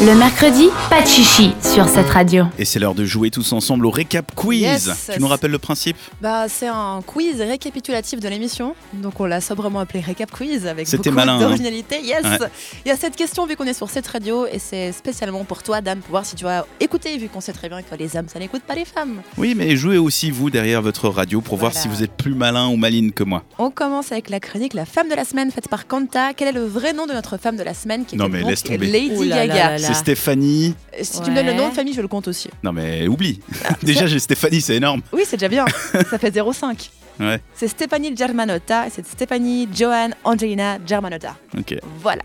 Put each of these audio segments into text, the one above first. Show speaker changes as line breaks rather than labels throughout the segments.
Le mercredi, pas de chichi sur cette radio.
Et c'est l'heure de jouer tous ensemble au récap quiz.
Yes.
tu nous rappelles le principe
Bah, c'est un quiz récapitulatif de l'émission. Donc, on l'a sobrement appelé Récap Quiz avec
C'était
beaucoup
malin, hein.
d'originalité. Yes
Ouais.
Il y a cette question, vu qu'on est sur cette radio, et c'est spécialement pour toi, Dan, pour voir si tu vas écouter, vu qu'on sait très bien que les hommes, ça n'écoute pas les femmes.
Oui, mais jouez aussi vous derrière votre radio pour voir
Voilà.
si vous êtes plus malin ou maline que moi.
On commence avec la chronique La femme de la semaine, faite par Kanta. Quel est le vrai nom de notre femme de la semaine qui
Non,
était
mais
donc
laisse tomber.
Lady
Ouh là là
Gaga
là là.
C'est Stéphanie.
Si tu me donnes le
Ouais.
nom de famille, je le compte aussi.
Non, mais oublie.
Ah.
Déjà, j'ai Stéphanie, c'est énorme.
Oui, c'est déjà bien. ça fait 0,5.
Ouais.
C'est Stéphanie Germanotta et c'est Stéphanie Joanne Angelina Germanotta.
Ok.
Voilà.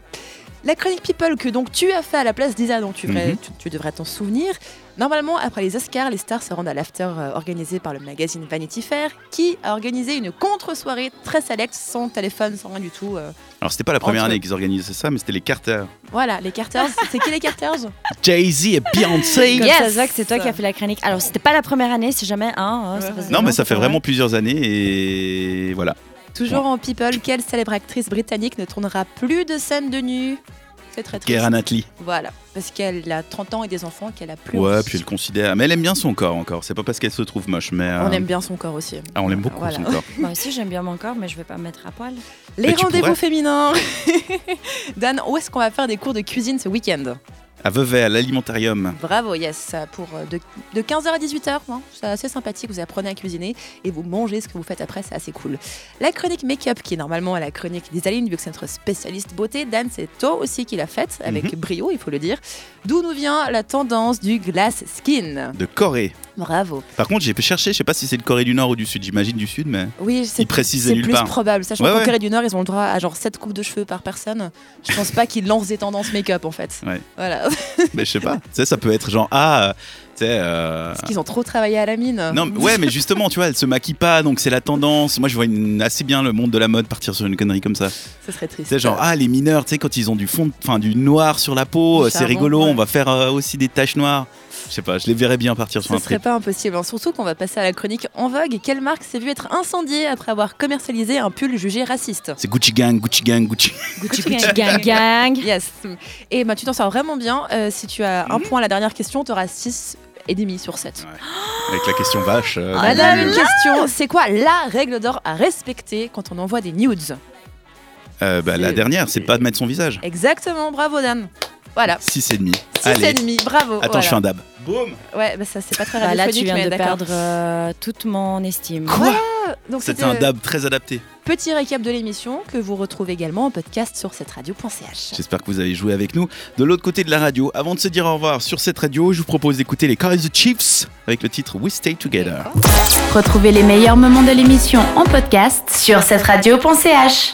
La chronique People que donc tu as fait à la place d'Isa, dont tu, devrais-
Mhm.
tu, tu devrais t'en souvenir. Normalement, après les Oscars, les stars se rendent à l'after euh, organisé par le magazine Vanity Fair, qui a organisé une contre-soirée très sélecte, sans téléphone, sans rien du tout. euh.
Alors, c'était pas la première
Entre-
année qu'ils organisaient ça, mais c'était les Carter.
Voilà, les Carters. c'est qui les Carters
Jay-Z et Beyoncé.
Comme
Yes.
ça, Zach, c'est toi qui as fait la chronique. Alors, c'était pas la première année, c'est jamais un. hein, ça
Ouais,
faisait
Non, mais ça fait
longtemps,
vraiment plusieurs années et voilà.
Toujours en People, quelle célèbre actrice britannique ne tournera plus de scène de nu C'est très triste.
Keira Knightley.
Voilà, parce qu'elle a 30 ans et des enfants qu'elle a plus.
Ouais,
envie.
puis elle considère. Mais elle aime bien son corps encore. C'est pas parce qu'elle se trouve moche, mais. euh,
On aime bien son corps aussi.
Ah, on l'aime beaucoup
Voilà.
son corps.
ouais. Moi aussi, j'aime bien mon corps, mais je vais pas me mettre à poil.
Les
Mais tu pourrais.
rendez-vous féminins. Dan, où est-ce qu'on va faire des cours de cuisine ce week-end
À Vevey, à l'alimentarium.
Bravo, yes, pour euh, de, 15h à 18h. hein. C'est assez sympathique, vous apprenez à cuisiner et vous mangez ce que vous faites après, c'est assez cool. La chronique make-up, qui est normalement la chronique des Aline, vu que c'est notre spécialiste beauté, Dan, c'est toi aussi qui l'a faite, avec brio, il faut le dire. D'où nous vient la tendance du glass skin
De Corée.
Bravo.
Par contre, j'ai cherché, je sais pas si c'est de Corée du Nord ou du Sud, j'imagine du Sud, mais.
Oui,
Ils
c'est
précisent
C'est
nulle
plus
part.
probable. Sachant
Ouais,
qu'en
ouais.
Corée du Nord, ils ont le droit à genre 7 coupes de cheveux par personne. Je pense pas qu'ils lancent des tendances make-up en fait.
Ouais.
Voilà.
Mais je sais pas. tu sais, ça peut être genre, ah, euh, tu sais. euh,
Parce qu'ils ont trop travaillé à la mine.
Non, mais- ouais, mais justement, tu vois, elle se maquille pas, donc c'est la tendance. Moi, je vois une- assez bien le monde de la mode partir sur une connerie comme ça. Tu
Ce serait triste.
sais, genre, ah, les mineurs, tu sais, quand ils ont du fond, de- enfin, du noir sur la peau,
Du
euh, c'est
charbon,
rigolo,
ouais.
on va faire euh, aussi des taches noires. Je sais pas, je les verrais bien partir sur
Ce
un
serait
trip.
pas impossible. hein. Surtout qu'on va passer à la chronique en vogue. Quelle marque s'est vue être incendiée après avoir commercialisé un pull jugé raciste
C'est Gucci Gang, Gucci Gang, Gucci.
Gucci, Gucci, gang, gang.
Yes. Et bah, tu t'en sors vraiment bien. Euh, si tu as
Hmm?
un point à la dernière question, tu auras 6 et demi sur 7.
Avec la question vache. euh,
Ah
dans
la
le-
question, c'est quoi la règle d'or à respecter quand on envoie des nudes
Euh, bah, la
C'est-
dernière, c'est de pas de mettre son visage.
Exactement, bravo Dan. Voilà.
6,5. demi.
6 et
Allez.
demi, bravo.
Attends,
voilà.
je fais un dab. Boum
Ouais, bah ça c'est pas très
Bah, là, tu
radiophonique,
viens
mais
de
d'accord.
perdre euh, toute mon estime.
Quoi
Donc
C'était un dab très adapté.
petit récap de l'émission que vous retrouvez également en podcast sur cette radio.ch.
J'espère que vous avez joué avec nous. De l'autre côté de la radio, avant de se dire au revoir sur cette radio, je vous propose d'écouter les Cars the Chiefs avec le titre We Stay Together.
Retrouvez les meilleurs moments de l'émission en podcast sur cette radio.ch.